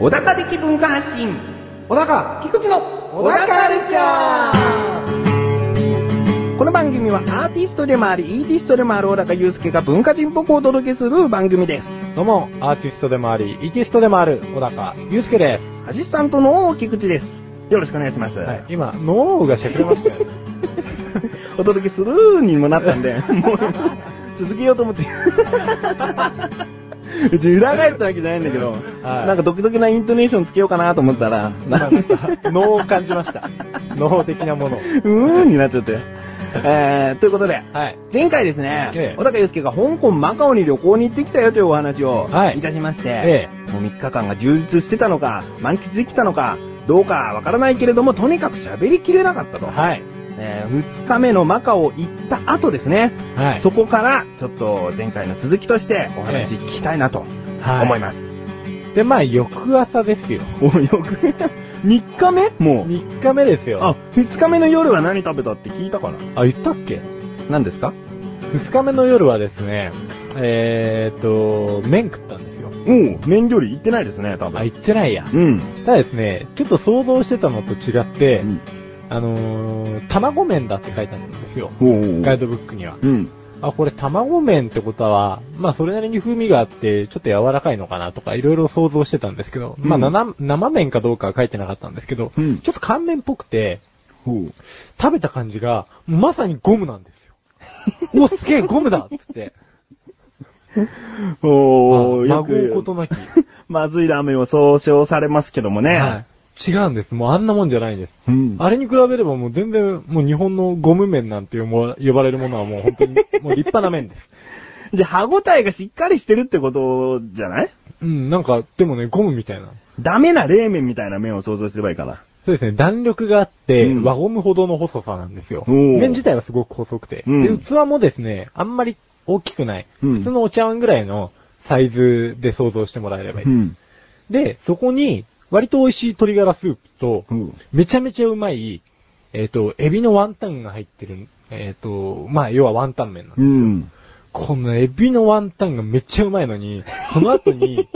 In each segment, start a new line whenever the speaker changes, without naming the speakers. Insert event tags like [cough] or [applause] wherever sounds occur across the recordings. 小高的文化発信
小高
菊池の小高カルチャーこの番組はアーティストでもありイーティストでもある小高祐介が文化人っぽくお届けする番組です
どうも、アーティストでもあり、イキストでもある、小高祐介です。
アシスタントの菊池ですよろしくお願いします、
はい、今、ノーがしゃくれましたよね。
[laughs] お届けするにもなったん [laughs] でもう続けようと思って [laughs] 別に裏返ったわけじゃないんだけど、
はい
なんか独特なイントネーションつけようか [laughs] なと思ったら、
今なんかノーを感じました。ノー的なもの
[laughs]
を。
うーんになっちゃ [laughs] って。えー、ということで、
はい。
前回ですね、
ええ
小高祐介が香港マカオに旅行に行ってきたよというお話を
はい
いたしまして、
え
もう3日間が充実してたのか、満喫できたのか、どうかわからないけれども、とにかく喋りきれなかったと。
はい。
え2日目のマカオ行った後ですね、
はい。
そこからちょっと前回の続きとしてお話聞きたいなと
はい
思います。
で、まあ、翌朝ですよ。
およく、3日目もう。
3日目ですよ。
あ、2日目の夜は何食べたって聞いたから。
あ、言ったっけ
何ですか
?2 日目の夜はですね、えーっと、麺食ったんですよ。
うん、麺料理行ってないですね、多
あ、。言ってないや。
うん。
ただですね、ちょっと想像してたのと違って、
うん
あのー、卵麺だって書いてあるんですよ。
おう
ガイドブックには。
うん。
あ、これ卵麺ってことは、まあそれなりに風味があって、ちょっと柔らかいのかなとか、いろいろ想像してたんですけど、まあ
うん
生生麺かどうかは書いてなかったんですけど、
うん
ちょっと乾麺っぽくて、
ほう。
食べた感じが、まさにゴムな
[laughs]
んですよ。お、すげえ、ゴムだっつって。
おー、
あ
よ
孫うこ
く、
となき。
まずいラーメンを総称されますけどもね。
はい違うんです。もうあんなもんじゃないんです。
うん。
あれに比べればもう全然、もう日本のゴム麺なんていうも呼ばれるものはもう本当に、もう立派な麺
[laughs]
です。
じゃあ、歯応えがしっかりしてるってことじゃない
うん、なんか、でもね、ゴムみたいな。
ダメな冷麺みたいな麺を想像すればいいから。
そうですね、弾力があって、
うん
輪ゴムほどの細さなんですよ。
おー
麺自体はすごく細くて、
うん
で、器もですね、あんまり大きくない。
うん
普通のお茶碗ぐらいのサイズで想像してもらえればいい。
ん。
で、そこに、割と美味しい鶏ガラスープと、
うん
めちゃめちゃうまい、えっ、と、エビのワンタンが入ってる、えっ、と、まあ、要はワンタン麺なんです
うん。
このエビのワンタンがめっちゃうまい
[laughs]
のに、その後に、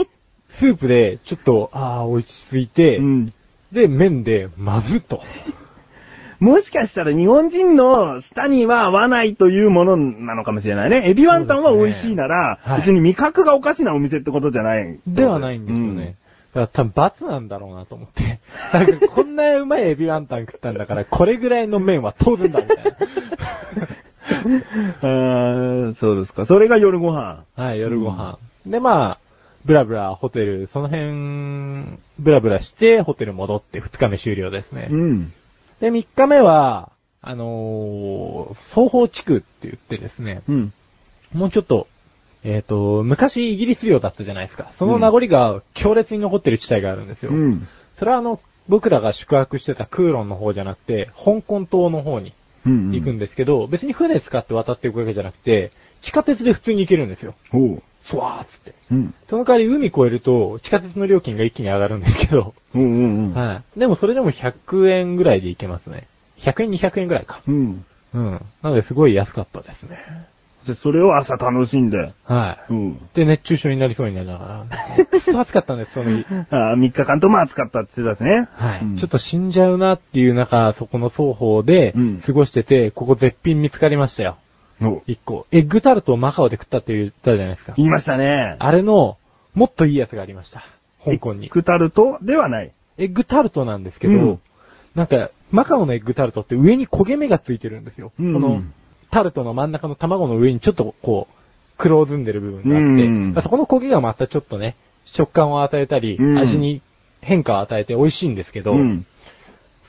スープで、ちょっと、ああ、落ち着いて、
うん。
で、麺で、まずっと。
もしかしたら日本人の舌には合わないというものなのかもしれないね。エビワンタンは美味しいなら、
そうですねはい
別に味覚がおかしなお店ってことじゃない。
ではないんですよね。だから多分罰なんだろうなと思って。 [laughs] なんかこんなうまいエビワンタン食ったんだから、これぐらいの麺は当然だ、みたい
うん。あーそうですか。それが夜ご飯。 [laughs]
な。はい、夜ご飯。で、まあ、ブラブラホテル、その辺、ブラブラして、ホテル戻って2日目終了ですね。
うん。
で、3日目は、あのー、双方地区って言ってですね、
うん。
もうちょっと、えっ、と、昔イギリス領だったじゃないですか。その名残が強烈に残ってる地帯があるんですよ。
うん。
それはあの、僕らが宿泊してたクーロンの方じゃなくて、香港島の方に
うん
行くんですけど、別に船使って渡っていくわけじゃなくて、地下鉄で普通に行けるんですよ。
ほう。
スワーっつって。
うん。
その代わり海越えると、地下鉄の料金が一気に上がるんですけど、
うんうんうん。
はい。でもそれでも100円ぐらいで行けますね。100円、200円ぐらいか。
うん。
うん。なので、すごい安かったですね。
でそれを朝楽しんで。
は
う
い。
ん。
で、熱中症になりそうになりなが
[laughs]
ら。くっそ暑かったんです、その日。
あー3日間とも暑かったって言ってたですね。
はい、
うん
ちょっと死んじゃうなっていう中、そこの双方で
うん
過ごしてて、ここ絶品見つかりましたよ。
お
一個。エッグタルトをマカオで食ったって言ったじゃないですか。
言いましたね。
あれの、もっといいやつがありました。香港に
エッ。グタルトではない。
エッグタルトなんですけど、
うん
なんか、マカオのエッグタルトって上に焦げ目がついてるんですよ。
うん
この、タルトの真ん中の卵の上にちょっとこう、黒ずんでる部分があって、
うん
そこの焦げがまたちょっとね、食感を与えたり、
うん
味に変化を与えて美味しいんですけど、
うん。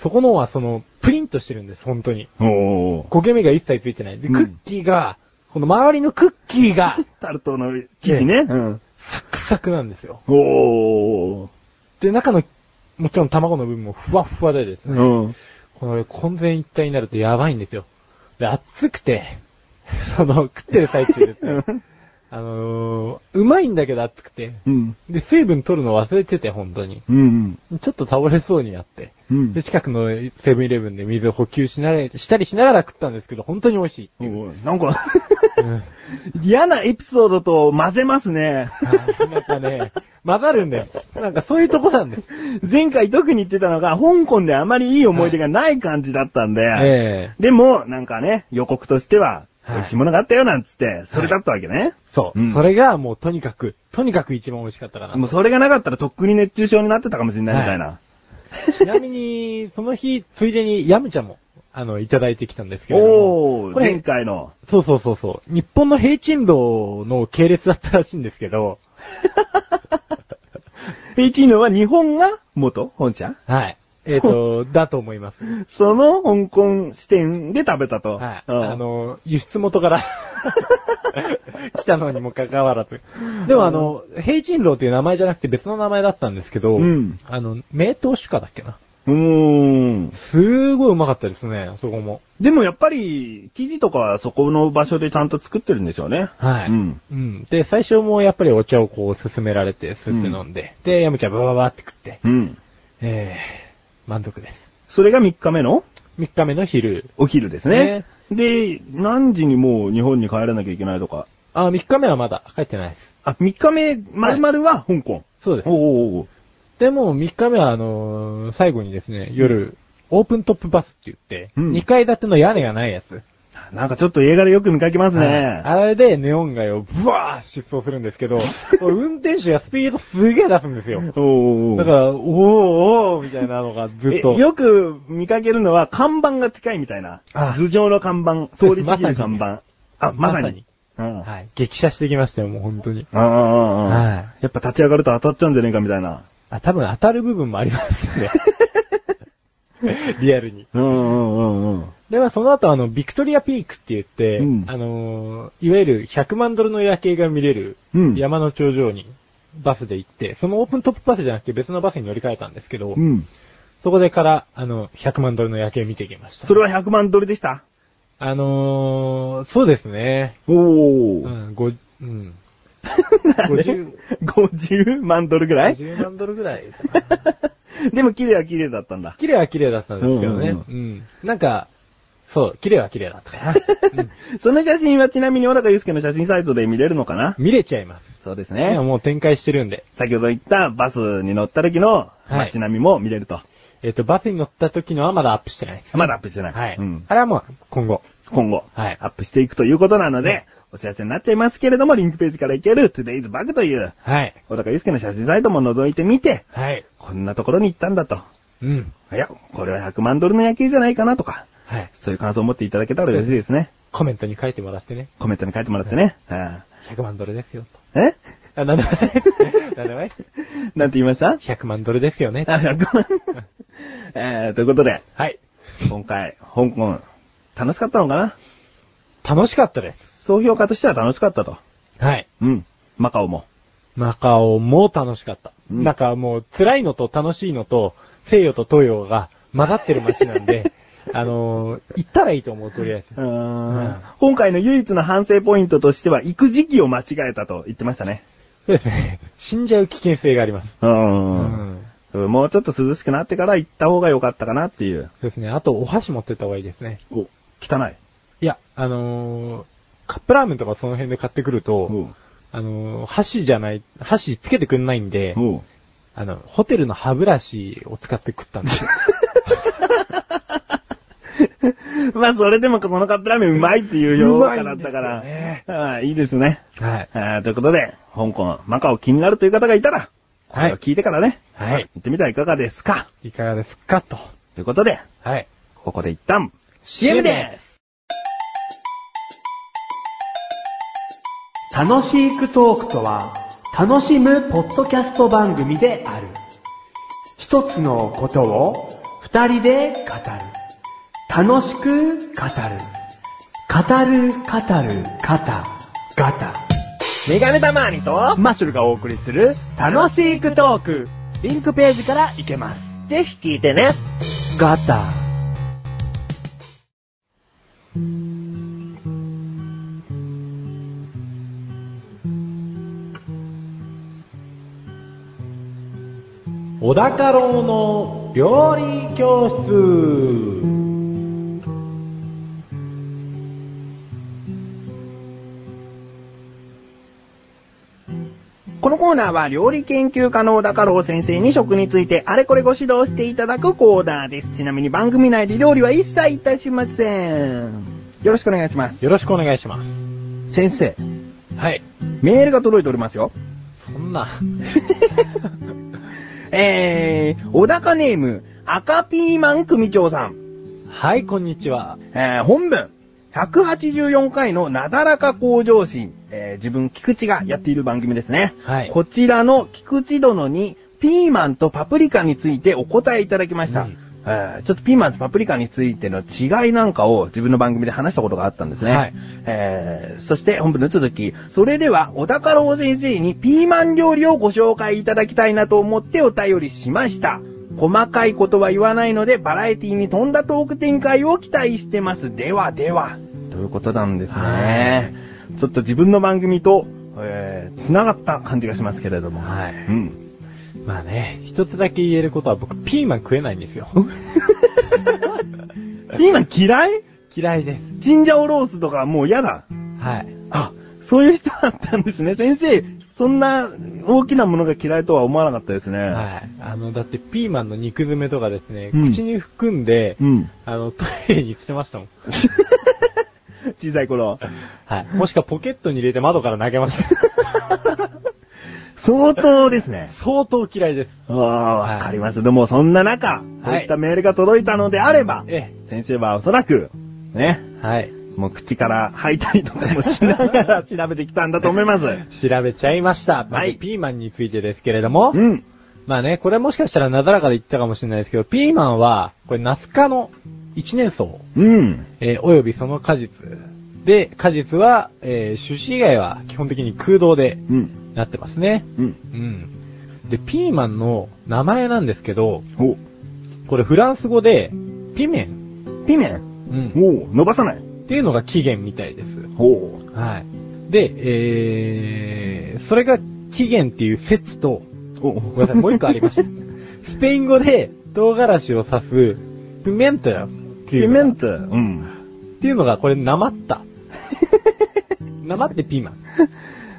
そこのはその、プリンとしてるんです、本当に。
おー。
焦げ目が一切ついてない。で、
うん
クッキーが、この周りのクッキ
[laughs]
ーが、
タルトの生地ね。うん。
サクサクなんですよ。
おー。
で、中の、もちろん卵の部分もふわっふわでですね、
うん。
この混然一体になると [laughs] やばいんですよ。で、暑くて、その、食ってる最中ですね。あのー、うまいんだけど熱くて。
うん。
で、水分取るの忘れてて、本当に。
うん。
ちょっと倒れそうになって。
うん
で、。近くのセブンイレブンで水を補給しなれ、したりしながら食ったんですけど、本当に美味しい。
おいなんか、 [laughs]
うん
嫌なエピソードと混ぜますね。
なんかね、混ざるんだよ。なんかそういうとこなんです。
前回特に言ってたのが、香港であまりいい思い出がない感じだったんで、
ええ
でも、なんかね、予告としては、
はい
美味しいものがあったよなんつって、それだったわけね。
そう、
うん
それがもうとにかく、とにかく一番美味しかったか
も
な。
うそれがなかったらとっくに熱中症になってたかもしれないみたいな。
ちなみに、その日、ついでにヤムチャも、あの、いただいてきたんですけれども。
おー、
これ
前回の。
そうそうそうそう。日本の平鎮道の系列だったらしいんですけど、
ピーチーノは日本が元本社
はい。えっ、と、だと思います。
その香港支店で食べたと。
はい。
うん
あ、の、輸出
[laughs]
元から来たのにもかかわらず。でもあの、平鎮楼っていう名前じゃなくて別の名前だったんですけど、
うん
あの、名刀主家だっけな。
うーん。
すーごいうまかったですね、そこも。
でもやっぱり、生地とかはそこの場所でちゃんと作ってるんでしょうね。
はい。
うん。
うん。で、最初もやっぱりお茶をこう勧められて、吸って飲んで、で、ヤムチャババババって食って、
うん。
えー、満足です。
それが3日目の
3日目の昼。
お昼ですね。で、何時にもう日本に帰らなきゃいけないとか。
あ、3日目はまだ帰ってないです。
あ、3日目、丸々は香港。
そうです
お。おお
でも、3日目は、あのー最後にですね、夜、オープントップバスって言って、
うん
2階建ての屋根がないやつ。
なんかちょっと映画でよく見かけますね。
あれでネオン街をブワー疾走するんですけ
[laughs]
ど、これ運転手がスピードすげー出すんですよ。
おおお
だから、おーおーみたいなのがずっと。
えよく見かけるのは看板が近いみたいな
あ。
頭上の看板、通り過ぎる看
[laughs]
板。あ、まさに。うん。あ
はい。激写してきましたよ、もう本当に。
あ、ああ
は
あ
い
あやっぱ立ち上がると当たっちゃうんじゃねえかみたいな。
あ、多分当たる部分もありま
[laughs]
すね。リアルに。
うんうんうんうん。
で、まあその後あの、ビクトリアピークって言って、
うん
あのーいわゆる100万ドルの夜景が見れる
うん
山の頂上にバスで行って、そのオープントップバスじゃなくて別のバスに乗り換えたんですけど、
うん。
そこでから、あの、100万ドルの夜景見てきました。
それは100万ドルでした
あのー、そうですね。
おお
う
ー。
ん、ご、うん。
[laughs] なんで
50
50万ドルぐらい
10万ドルぐらいかな。
でも綺麗は綺麗だったんだ。
綺麗は綺麗だったんですけどね。
う
うんん
う
なんか、そう、綺麗は綺麗だった
[laughs]
かな。うん
その写真はちなみに小高祐介の写真サイトで見れるのかな
見れちゃいます。
そうです
ね、
ね。
もう展開してるんで。
先ほど言ったバスに乗った時の
い
街並みも見れると。
えっ、と、バスに乗った時のはまだアップしてないです。
まだアップしてない。
はい、
うん
あれはもう、今後。
今後、
はい
アップしていくということなので、お知らせになっちゃいますけれども、リンクページからいける Today's Bug という、
はい。
小高祐介の写真サイトも覗いてみて、
はい。
こんなところに行ったんだと。
うん。
いや、これは100万ドルの夜景じゃないかなとか、
はい。
そういう感想を持っていただけたら嬉しいですね。
コメントに書いてもらってね。
コメントに書いてもらってね。あ
100万ドルですよ、
あえ
と。あ、なんでもない。なんでもない。
なんて言いました
100万ドルですよね。
あ、100万。 [laughs] えー、ということで、
はい。
今回、香港、楽しかったのかな
楽しかったです。
総評価としては楽しかったと。
はい。
うん。マカオも。
マカオも楽しかった。
うん
なんかもう辛いのと楽しいのと西洋と東洋が混ざってる街なん [laughs] で、あのー行ったらいいと思う、とりあえず。
う
うんん
今回の唯一の反省ポイントとしては、行く時期を間違えたと言ってましたね。
そうですね。死んじゃう危険性があります。
う。
うん
もうちょっと涼しくなってから行った方が良かったかなっていう。
そうですね。あと、お箸持ってった方がいいですね。
お、汚い。
いや、あのーカップラーメンとかその辺で買ってくると、
おう
あのー箸じゃない、箸つけてくんないんで、
おう
あの、ホテルの歯ブラシを使って食ったん [laughs] ですよ。
まあ、それでもそのカップラーメンうまいっていう評価だったか
うまいんですよね
ら。ああいいですね。
はい。
ああということで、香港、マカオ気になるという方がいたら、こ
は
れを
い。
聞いてからね、
はい。
行ってみてはいかがですか
いかがですかと。
ということで、
はい。
ここで一旦、CM です
楽しいクトークとは、楽しむポッドキャスト番組である。一つのことを二人で語る。楽しく語る。語る、語る、語る、ガタ。
メガネたまにと、
マッシュルがお送りする、楽しいクトーク。リンクページから行けます。
ぜひ聞いてね。
ガタ。
小高郎の料理教室。
このコーナーは料理研究家の小高郎先生に食についてあれこれご指導していただくコーナーです。ちなみに番組内で料理は一切いたしません。よろしくお願いします。
よろしくお願いします。
先生、
はい。
メールが届いておりますよ。
そんな。
[laughs] えー、小高ネーム、赤ピーマン組長さん。
はい、こんにちは。
えー本文、184回のなだらか向上心、えー自分、菊池がやっている番組ですね。
はい
こちらの菊池殿に、ピーマンとパプリカについてお答えいただきました。
うん
えーちょっとピーマンとパプリカについての違いなんかを自分の番組で話したことがあったんですね。
はい
えーそして本文の続き、それでは小高郎先生にピーマン料理をご紹介いただきたいなと思ってお便りしました。細かいことは言わないので、バラエティに富んだトーク展開を期待してます。ではでは。ということなんですね。ちょっと自分の番組と、えー、繋がった感じがしますけれども。
はい
うん。
まあね、一つだけ言えることは僕、ピーマン食えない
[laughs]
んですよ。
ピーマン嫌い
嫌いです。
チンジャオロースとかもう嫌だ。
はい。
あ、そういう人だったんですね。先生、そんな大きなものが嫌いとは思わなかったですね。
はい。あの、だってピーマンの肉詰めとかですね、
うん
口に含んで、
うん。
あの、トイレに捨てましたもん。
小さい頃。
はい。もしかポケットに入れて窓から投げま
[laughs]
した。
相当です [laughs] ね。
相当嫌いです。
ああ、わかります。でもそんな中、こういったメールが届いたのであれば、
え
先生はおそらく、ね、
え。はい。
もう口から吐いたりとかもしながら [laughs] 調べてきたんだと思います。
調べちゃいました。ま
は
ず
い
ピーマンについてですけれども、
うん。
まあね、これもしかしたらなだらかで言ったかもしれないですけど、ピーマンは、これナス科の一年草、
うん。
えーおよびその果実。で、果実は、えー種子以外は基本的に空洞で
うん。
なってますね。
うん。
うん。で、ピーマンの名前なんですけど、
お、
これフランス語で、ピメン。
ピメン。
うん。
おう伸ばさない。
っていうのが起源みたいです。
ほう。
はい。で、えー、それが起源っていう説と、
お
ごめんなさい、もう一個ありま
[laughs]
した。スペイン語で唐辛子を指す、ピメンタってい
ピ
うの
メ
が。
ント。うん。
っていうのが、これ、な
[laughs]
まった。なまってピーマン。
[laughs]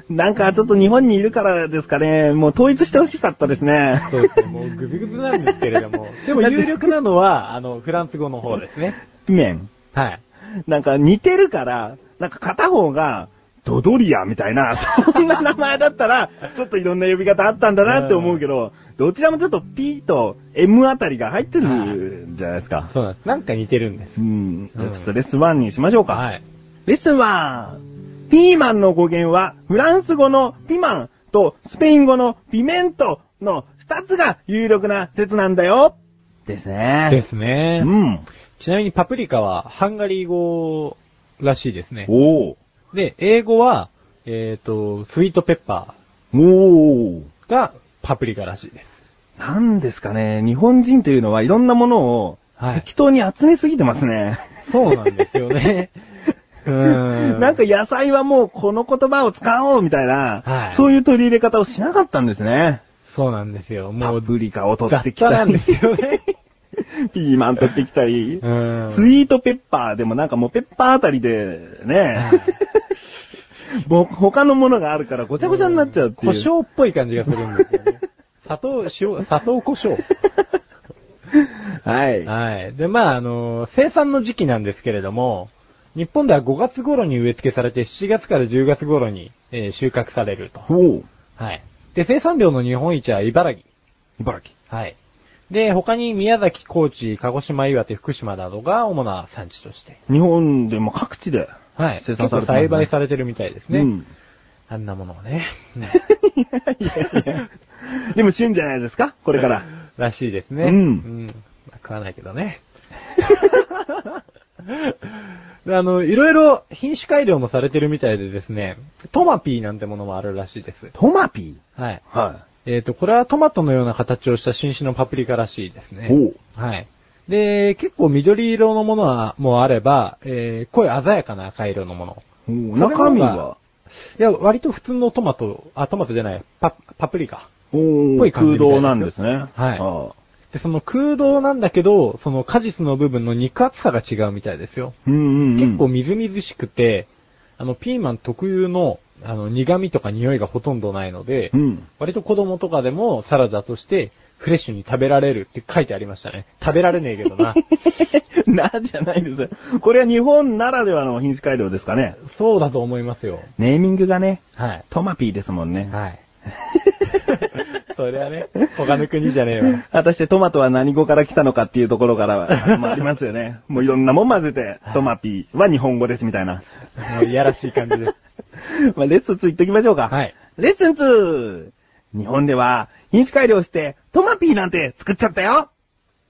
なんかちょっと日本にいるからですかね、もう統一してほしかったですね。
そうですね、もうグズグズなんですけれ
[laughs]
ども。でも有力なのは、あの、フランス語の方ですね。
ピメン。
はい。
なんか似てるから、なんか片方が、ドドリアみたいな、 [laughs] そんな名前だったら、ちょっといろんな呼び方あったんだなって思うけど、どちらもちょっと P と M あたりが入ってるじゃないですか。
そうなんです。なんか似てるんです。
うん。じゃあちょっとレッスン1にしましょうか。
はい。
レッスン 1! ピーマンの語源は、フランス語のピマンとスペイン語のピメントの二つが有力な説なんだよですね。
ですね
う。ん。
ちなみにパプリカは、ハンガリー語らしいですね。
おー。
で、英語は、えっ、と、スイートペッパ
おー。
ーがパプリカらしいです。
なんですかね、日本人というのはいろんなものを
はい
適当に集めすぎてますね。
そうなんですよ
[laughs]
ね。うーん。
なんか野菜はもうこの言葉を使おうみたいな、
はい
そういう取り入れ方をしなかったんですね。
そうなんですよ。
パ
もう、
プリカを取っ
雑
てき
多
た
なんで
り、
すよね。
[laughs] ピーマン取ってきたり
う、ーん。
スイートペッパーでもなんかもうペッパーあたりでね
は、い
もう他のものがあるからごちゃごちゃになっちゃうっていう。
胡椒っぽい感じがするんですよ
[laughs]
ね。砂糖、塩、砂糖胡椒。
はい。
はい。で、まあ、あの、生産の時期なんですけれども、日本では5月頃に植え付けされて、7月から10月頃に、えー収穫されると。
ほう。
はい。で、生産量の日本一は茨城。
茨城。
はい。で、他に宮崎、高知、鹿児島、岩手、福島などが主な産地として。
日本でも各地で。
はい。
生産されてます
結構
ね
栽培されてるみたいですね。
うん。
あんなものをね。
[laughs] いやいやでも旬じゃないですかこれから。
らしいですね。
うん
まあ食わないけどね。 [laughs] あの、いろいろ品種改良もされてるみたいでですね、トマピーなんてものもあるらしいです。
トマピ
はい。
ーは
えっ、と、これはトマトのような形をした新種のパプリカらしいですね。
おう
はい。で、結構緑色のものは、もうあれば、えー、濃い鮮やかな赤色のもの。
い。中身は
それの方がいや、割と普通のトマト、あ、トマトじゃない、パ、パプリカ。
おお
ぽい
ー、
感
空
じみたいですよ
洞なんですね。
はい
ああ
で、その空洞なんだけど、その果実の部分の肉厚さが違うみたいですよ。
うんうんうん。
結構みずみずしくて、あの、ピーマン特有の、あの、苦味とか匂いがほとんどないので、
うん。
割と子供とかでもサラダとしてフレッシュに食べられるって書いてありましたね。食べられねえけ
[laughs]
どな。
な、じゃないですよ。これは日本ならではの品種改良ですかね。
そうだと思いますよ。
ネーミングがね、
はい。
トマピーですもんね。
はい。 [laughs] それはね、他の国じゃねえわ。
果たしてトマトは何語から来たのかっていうところから [laughs] は、まあ、ありますよね。もういろんなもん混ぜて、トマピーは日本語ですみたいな。
もういやらしい感じです。
まあ、レッスン2行っときましょうか。
はい。
レッスン 2! 日本では、品種改良して、トマピーなんて作っちゃったよ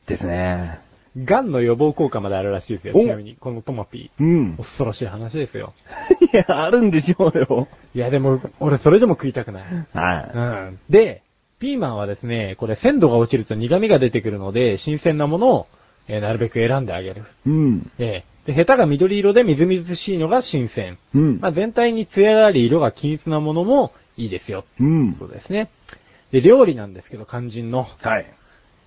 ですね。
ガンの予防効果まであるらしいですよ。
お
ちなみに、このトマピ
う
ー。
ん。
恐ろしい話ですよ。
[laughs] いや、あるんでしょうよ。
いや、でも、俺それでも食いたくない。
は
うん。で、ピーマンはですね、これ鮮度が落ちると苦味が出てくるので、新鮮なものを、えーなるべく選んであげる。
い。うん。
ええで、ヘタが緑色でみずみずしいのが新鮮。
うん
ま。あ、全体に艶があり色が均一なものもいいですよ。
う。
というんことですね。で、料理なんですけど、肝心の。
はい。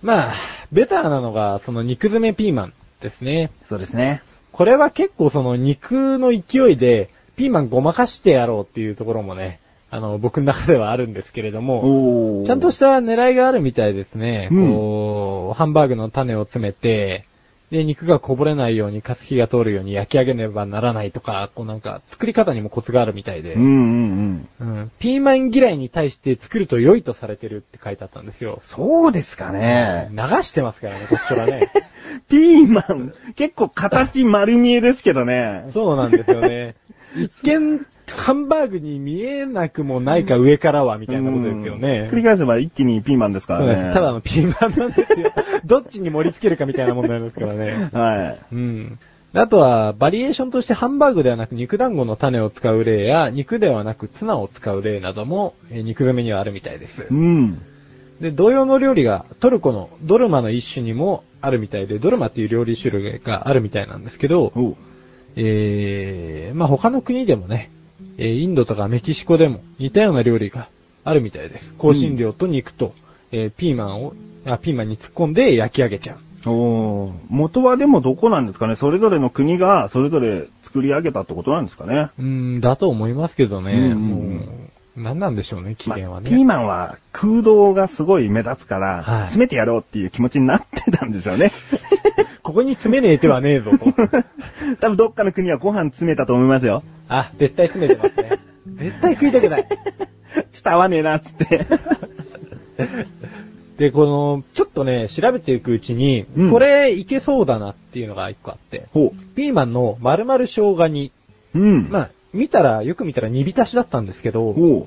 まあ、ベターなのが、その肉詰めピーマンですね。
そうですね。
これは結構その肉の勢いで、ピーマンごまかしてやろうっていうところもね、あの、僕の中ではあるんですけれども、
おー
ちゃんとした狙いがあるみたいですね。
うん
こう、ハンバーグの種を詰めて、で、肉がこぼれないように、カス火が通るように焼き上げねばならないとか、こうなんか、作り方にもコツがあるみたいで、
うんうんうん。
うんピーマン嫌いに対して作ると良いとされてるって書いてあったんですよ。
そうですかね
流。してますからね、こっちはね。
ピーマン、結構形丸見えですけどね。
そうなんですよ
[laughs]
ね。一見、ハンバーグに見えなくもないか上からは、みたいなことですよ
うん
ね。
繰り返せば一気にピーマンですか
そうで
ら
す。
ね。
ただのピーマンなんです
[laughs]
よ。どっちに盛り付けるかみたいなもんなんですからね。
はい。
うん。あとは、バリエーションとしてハンバーグではなく肉団子の種を使う例や、肉ではなくツナを使う例なども、えー肉詰めにはあるみたいです。
うん。
で、同様の料理がトルコのドルマの一種にもあるみたいで、ドルマっていう料理種類があるみたいなんですけど、
おう
えー、まあ他の国でもね、えーインドとかメキシコでも似たような料理があるみたいです。香辛料と肉と、えーピーマンをあ、ピーマンに突っ込んで焼き上げちゃう。
おー元はでもどこなんですかねそれぞれの国がそれぞれ作り上げたってことなんですかね
うーん、だと思いますけどね。
うんうん
もう、何なんでしょうね、起源は
まあピー
ね。
マンは空洞がすごい目立つから、
はい
詰めてやろうっていう気持ちになってたんですよ
[laughs]
ね。
ここに詰めねえ手はねえ [laughs] ぞと。
多分どっかの国はご飯詰めたと思いますよ。
あ、絶対詰めてますね。絶対食いたくない。
ちょっと合わねえな、っつって。
[laughs] で、この、ちょっとね、調べていくうちに、
うん
これいけそうだなっていうのが一個あって、
ほ
ピーマンの丸々生姜煮。
う。うん。
まあ、見たら、よく見たら煮浸しだったんですけど、
ほ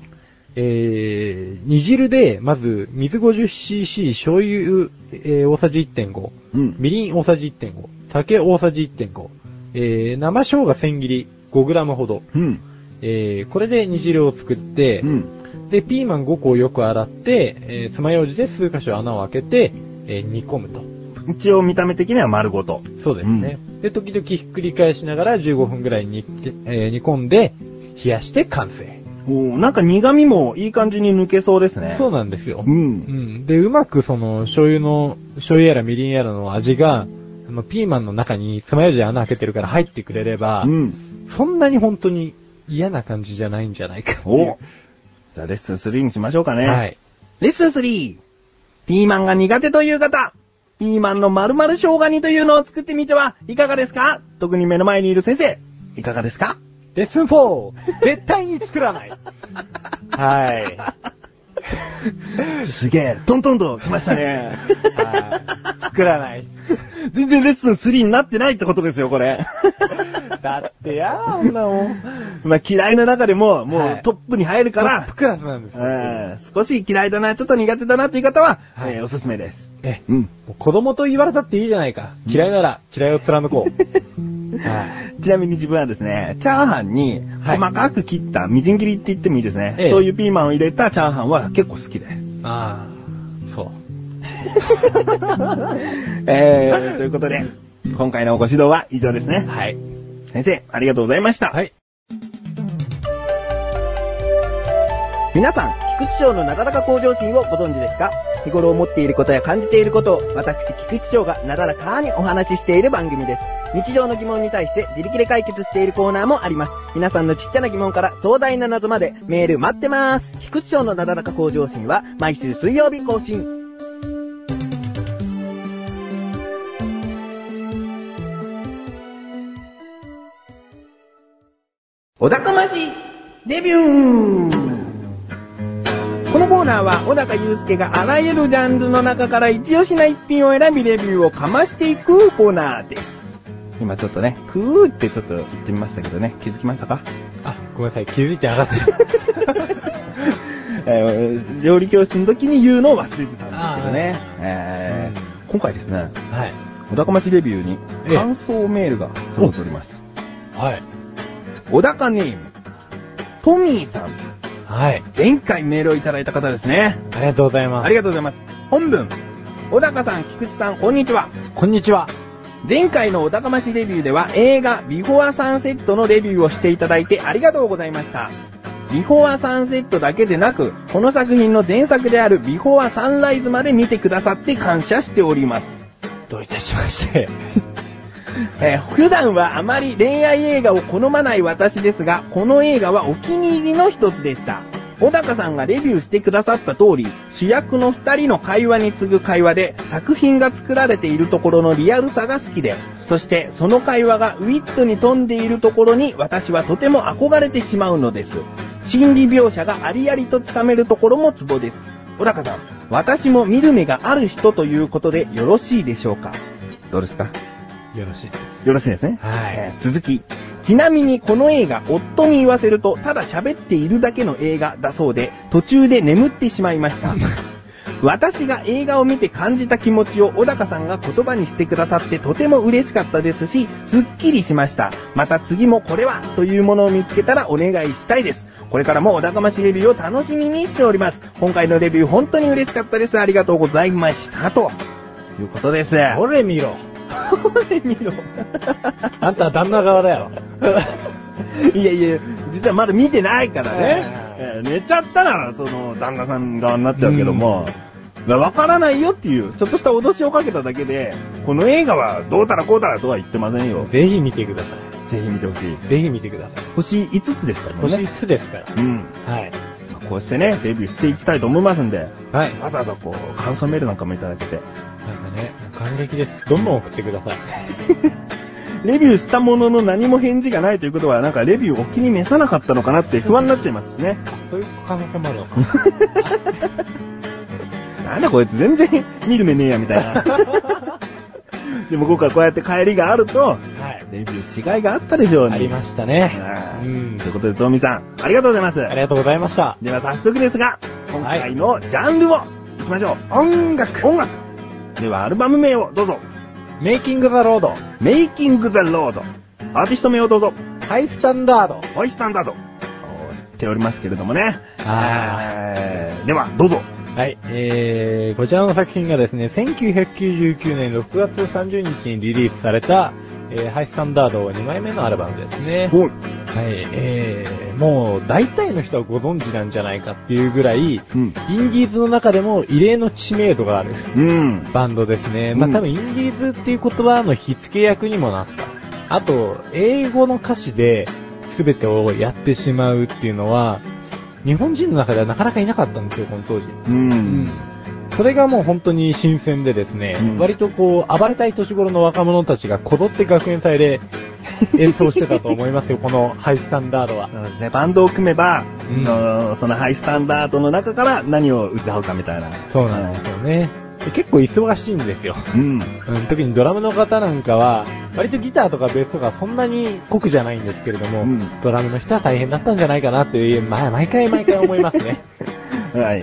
えー、煮汁で、まず、水 50cc、醤油、えー大さじ1.5、
う。うん。
みりん大さじ1.5、酒大さじ1.5、えー、生生姜千切り 5g ほど、
うん。
えー、これで煮汁を作って、
うん。
で、ピーマン5個をよく洗って、えー、爪楊枝で数箇所穴を開けて、えー煮込むと。
一応見た目的には丸ごと。
そうですね。で、時々ひっくり返しながら15分ぐらい煮,、えー煮込んで、冷やして完成。
おなんか苦味もいい感じに抜けそうですね。
そうなんですよ。
う。
うんん。で、うまくその、醤油の、醤油やらみりんやらの味が、あの、ピーマンの中に爪楊枝で穴開けてるから入ってくれれば、
うん。
そんなに本当に嫌な感じじゃないんじゃないかっていう
お。じゃあレッスン3にしましょうかね。
は。い。
レッスン 3! ピーマンが苦手という方、ピーマンの〇〇生姜煮というのを作ってみてはいかがですか特に目の前にいる先生、いかがですか
レッスン 4! 絶対に作らないはい。
すげえ、トントンと来ました [laughs] ね。
はい作らない。
全然レッスン3になってないってことですよ、こ [laughs] れ。
だってやー、女もん。
まあ嫌いの中でも、も
は
う
い
トップに入るか
トップ
ら、
クラスなんですよ。
えー少し嫌いだな、ちょっと苦手だなという方は、
はい
えーおすすめです。
え
うん。
もう子供と言われたっていいじゃないか。嫌いなら嫌いを貫こう。
[laughs]
はい。
ちなみに自分はですね、チャーハンに
はい
細かく切った、みじん切りって言ってもいいですね、
ええ
そういうピーマンを入れたチャーハンは結構好きです。
[laughs] ああ、そう。
えー、ということで、今回のご指導は以上ですね。
はい。
先生、ありがとうございました。
はい。
皆さん、菊池賞のなだらか向上心をご存知ですか日頃思っていることや感じていることを、私、菊池賞がなだらかにお話ししている番組です。日常の疑問に対して自力で解決しているコーナーもあります。皆さんのちっちゃな疑問から壮大な謎までメール待ってます。菊池賞のなだらか向上心は毎週水曜日更新。小高まじデビューこのコーナーは小高祐介があらゆるジャンルの中から一押しな一品を選びレビューをかましていくコーナーです。今ちょっとね、クーってちょっと言ってみましたけどね、気づきましたか、
あ、ごめんなさい、気づいてなかった。
[laughs]
[laughs]
えー料理教室の時に言うのを忘れてたんですけどね。えー
う
今回ですね、
はい。
小高まじレビューに
ええ
感想メールが届いております。
はい。
小高ネーム、トミーさん。
はい。
前回メールをいただいた方ですね。
ありがとうございます。
ありがとうございます。本文、小高さん、菊池さん、こんにちは。
こんにちは。
前回のお高ましレビューでは映画ビフォアサンセットのレビューをしていただいてありがとうございました。ビフォアサンセットだけでなく、この作品の前作であるビフォアサンライズまで見てくださって感謝しております。
どういたしまして。
えー普段はあまり恋愛映画を好まない私ですが、この映画はお気に入りの一つでした。小高さんがレビューしてくださった通り、主役の二人の会話に次ぐ会話で、作品が作られているところのリアルさが好きで、そしてその会話がウィットに富んでいるところに私はとても憧れてしまうのです。心理描写がありありとつかめるところもツボです。小高さん、私も見る目がある人ということでよろしいでしょうかどうですか
よろしいです。
よろしいですね。
はい
えー続き。ちなみにこの映画、夫に言わせると、ただ喋っているだけの映画だそうで、途中で眠ってしまいま
[laughs]
した。私が映画を見て感じた気持ちを小高さんが言葉にしてくださってとても嬉しかったですし、すっきりしました。また次もこれはというものを見つけたらお願いしたいです。これからも小高ましレビューを楽しみにしております。今回のレビュー本当に嬉しかったです。ありがとうございました。ということです。
ほれ見ろ。
これ見ろ。
あんたは旦那側だよ。
[laughs] いやいや、実はまだ見てないからね。
え
えー寝ちゃったら、その、旦那さん側になっちゃうけども、まあわからないよっていう、ちょっとした脅しをかけただけで、この映画はどうたらこうたらとは言ってませんよ。
ぜひ見てくださ
ぜひ見てほしい。
い。ぜひ見てください。
星5つですから
星
ね。
5つですから。
うん。
はい。
まあこうしてね、デビューしていきたいと思いますんで、
はい。
わざわざこう、感想メールなんかもいただけて。
なんかね、感激です。どんどん送ってください。
レビューしたものの何も返事がないということは、なんかレビューお気に召さなかったのかなって不安になっちゃいますしね。
[laughs] そういう可能性もある [laughs] のか
なんだこいつ全然見る目ねえやみたいな。 [laughs] でも今回こうやって帰りがあると、
な。はい。
デビューしがいがあったでしょうね。
ありましたね。
あ
う
ー
ん
ということで、トミさん、ありがとうございます。
ありがとうございました。
では早速ですが、今回のジャンルを行きましょう。音楽。音楽。ではアルバム名をどうぞ。
メイキング・ザ・ロード。
メイキング・ザ・ロード。アーティスト名をどうぞ。
ハイスタンダード。
ホイスタンダード。おー知っておりますけれどもね。
あ
えーでは、どうぞ。
はい、えー、こちらの作品がですね、1999年6月30日にリリースされた、えー、ハイスタンダード2枚目のアルバムですね。
おい。
はい、えー、もう大体の人はご存知なんじゃないかっていうぐらい、イン
うん
デ。ィーズの中でも異例の知名度がある
うん。
バンドですね。まあ、
うん
多分インディーズっていう言葉の火付け役にもなった。あと、英語の歌詞で全てをやってしまうっていうのは、日本人の中ではなかなかいなかったんですよ、この当時。
うん。
それがもう本当に新鮮でですね、
うん
割とこう、暴れたい年頃の若者たちがこぞって学園祭で [laughs] 演奏してたと思いますよ、このハイスタンダードは。
そうですね、バンドを組めば、
うん
あのそのハイスタンダードの中から何を歌うかみたいな。
そうなんですよね。で結構忙しいんですよ。
うん。
うん、特にドラムの方なんかは、割とギターとかベースとかそんなに酷じゃないんですけれども、
うん
ドラムの人は大変だったんじゃないかなっていう、まあ、毎回毎回思いますね。
[laughs] はい。
はい、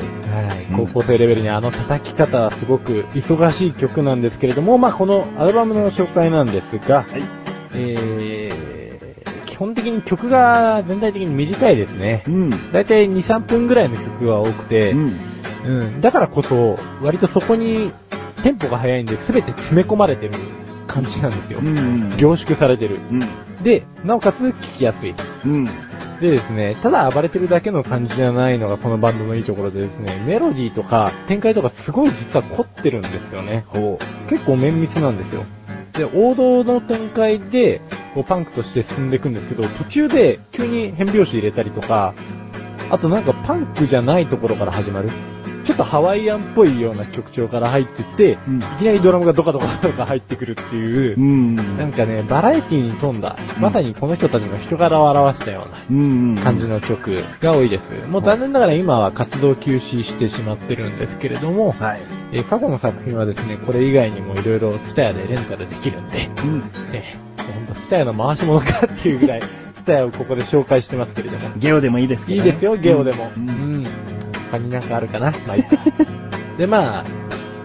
高校生レベルにあの叩き方はすごく忙しい曲なんですけれども、まあこのアルバムの紹介なんですが、
はい。
えー、基本的に曲が全体的に短いですね
う。ん。
だいたい2、3分ぐらいの曲が多くて、
うん。
うん、だからこそ、割とそこにテンポが速いんで全て詰め込まれてる感じなんですよ
う。ん。
凝縮されてる。
うん。
で、なおかつ聴きやすい。
うん。
でですね、ただ暴れてるだけの感じじゃないのがこのバンドのいいところでですね、メロディーとか展開とかすごい実は凝ってるんですよね。
ほ
結構綿密なんですよ。で、王道の展開で、こうパンクとして進んでいくんですけど、途中で急に変拍子入れたりとか、あとなんかパンクじゃないところから始まる。ちょっとハワイアンっぽいような曲調から入ってって、
うん
いきなりドラムがドカドカドカ入ってくるっていう
う。う、ん。
なんかね、バラエティに富んだ、まさにこの人たちの人柄を表したような
うん。
感じの曲が多いです。もう残念ながら今は活動休止してしまってるんですけれども、
はい。
えー過去の作品はですね、これ以外にもいろいろツタヤでレンタルできるんで、
うん。
えー、ほんとツタヤの回し物かっていうぐらい、ツタヤをここで紹介してますけれども。
ゲオでもいいですけ
い
ど
い
ね、
ですよ、ゲオでも。
う
うんん。他になんかあるかな。まあ、いいかで、まあ、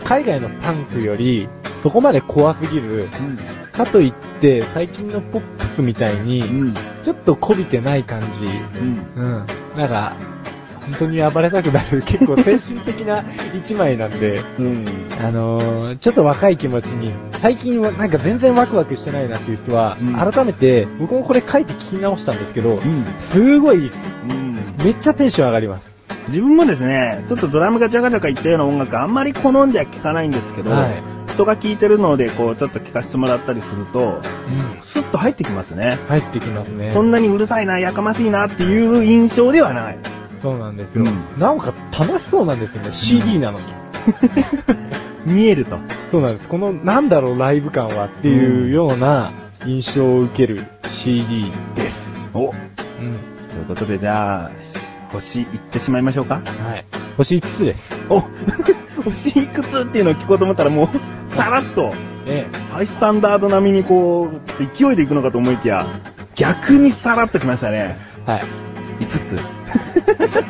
海外のパンクより、そこまで怖すぎる、
うん。
かといって、最近のポップスみたいに、
うん。
ちょっとこびてない感じ。
うん。
うん。なんか、本当に暴れたくなる、結構青春的な一枚なんで、
うん。
あのー、ちょっと若い気持ちに、最近はなんか全然ワクワクしてないなっていう人は、
うん
改めて、僕もこれ書いて聞き直したんですけど
う、ん。
すごい、
うん。
めっちゃテンション上がります。
自分もですね、ちょっとドラムがジャカジャカいったような音楽あんまり好んでは聞かないんですけど、
はい
人が聞いてるので、こう、ちょっと聞かせてもらったりすると、スッと入ってきますね。
入ってきますね。
そんなにうるさいな、やかましいなっていう印象ではない。 [laughs]
そうなんですよ。
うん
なんか楽しそうなんですよね、CD なのに。
見えると。
そうなんです。この、なんだろう、ライブ感はっていうような印象を受ける CD です。
お
うん。
ということで、じゃあ、星いってしまいましょうか。
はい。星5つです。
お [laughs] 星いくつっていうのを聞こうと思ったらもう、さらっと、
ええ。
ハイスタンダード並みにこう、ちょっと勢いでいくのかと思いきや、逆にさらっときましたね。
はい。
5つ。
[laughs] 5つ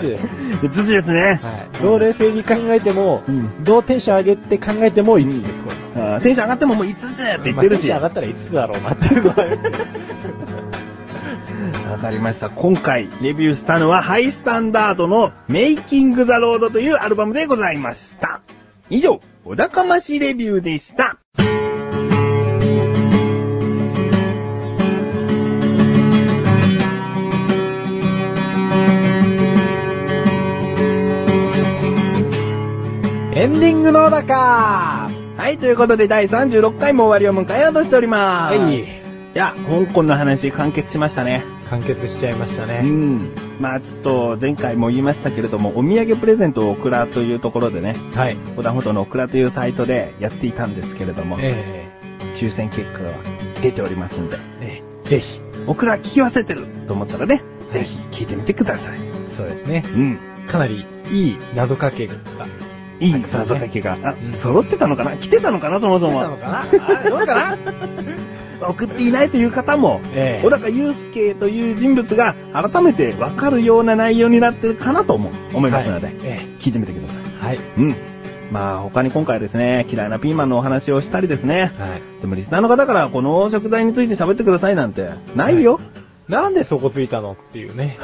です。
5つですね。
はい。どう冷静に考えても、
うん
どうテンション上げて考えても5つです、これ。
あーテンション上がってももう5つって言ってるし。
まあテンション上がったら5つだろうなっていうのは。
わかりました。今回レビューしたのはハイスタンダードの Making the Road というアルバムでございました。以上、お高ましレビューでした。
エンディングのだか
はい、ということで第36回も終わりを迎えようとしております。
はい
いや、香港の話完結しましたね。
完結しちゃいました
う
ね。
ん。まあちょっと前回も言いましたけれども、お土産プレゼントをオクラというところでね、
はい。
小田ほどのオクラというサイトでやっていたんですけれども、
え
抽選結果が出ておりますんで、
えええぜひ。
オクラ聞き忘れてると思ったらね、ぜひ聞いてみてください。
そうですね。
うん。
かなりいい謎かけが。
いい謎かけが、あ
う、ん
揃ってたのかな来てたのかなそもそ
なの
も。
かなあどうかな
[laughs] 送っていないという方も、
ええ
小高祐介という人物が改めて分かるような内容になってるかなと思う思いますので、
はいえ
聞いてみてください
え。はい。
うん。まあ他に今回ですね、嫌いなピーマンのお話をしたりですね、
はい。
でもリスナーの方からこの食材について喋ってくださいなんて、ないよ。
なんでそこついたのっていう [laughs] ね。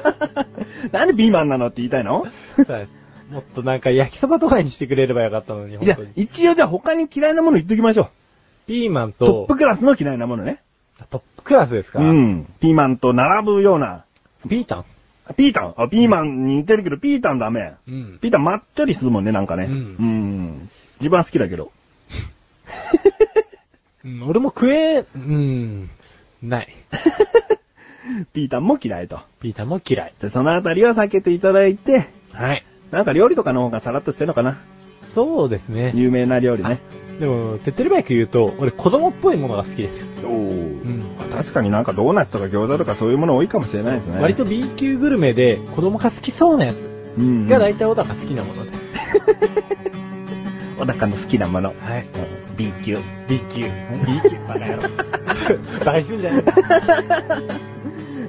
[laughs] なんでピーマンなのって言いたいの
そうですもっとなんか焼きそばとかにしてくれればよかったのに、
じゃ
本当に。
一応じゃあ他に嫌いなもの言っときましょ
ピーマン
う。ト
と
ップ、クラスの嫌いなものね。
トップクラスですか
うん。ピーマンと並ぶような、
ピータン
ピータン。あ、ピーマンに似てるけど、ピータンダメ。
うん。
ピータンまっちょりするもんね、なんかね。う
うんん。
自分は好きだけど。
うん俺も食え、うん、ない。
ピータンも嫌いと。
ピータンも嫌い。
じゃあそのあたりは避けていただいて、
はい。
なんか料理とかの方がさらっとしてるのかな。
そうですね。
有名な料理ね。
でも、手っ取り早く言うと、俺子供っぽいものが好きです。
おお、
ん
確かになんかドーナツとか餃子とかそういうもの多いかもしれないですね。
割と B 級グルメで子供が好きそうなやつ
うん、うん。
が大体小高好きなものです。
お腹の好きなもの。
はい。
B 級。
B 級。B 級バカ野郎。
[laughs]
バカにすんじゃね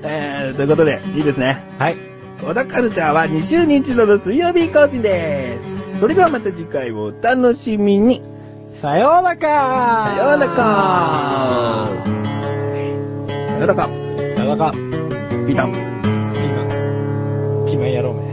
えー、ということで、いいですね。
え。はい。
小田カルチャーは2週に一度の水曜日更新です。それではまた次回をお楽しみに。
さようなか
さようなかさようならか、
さようなか
ビタン。
ピーマン。ピーマン野郎め。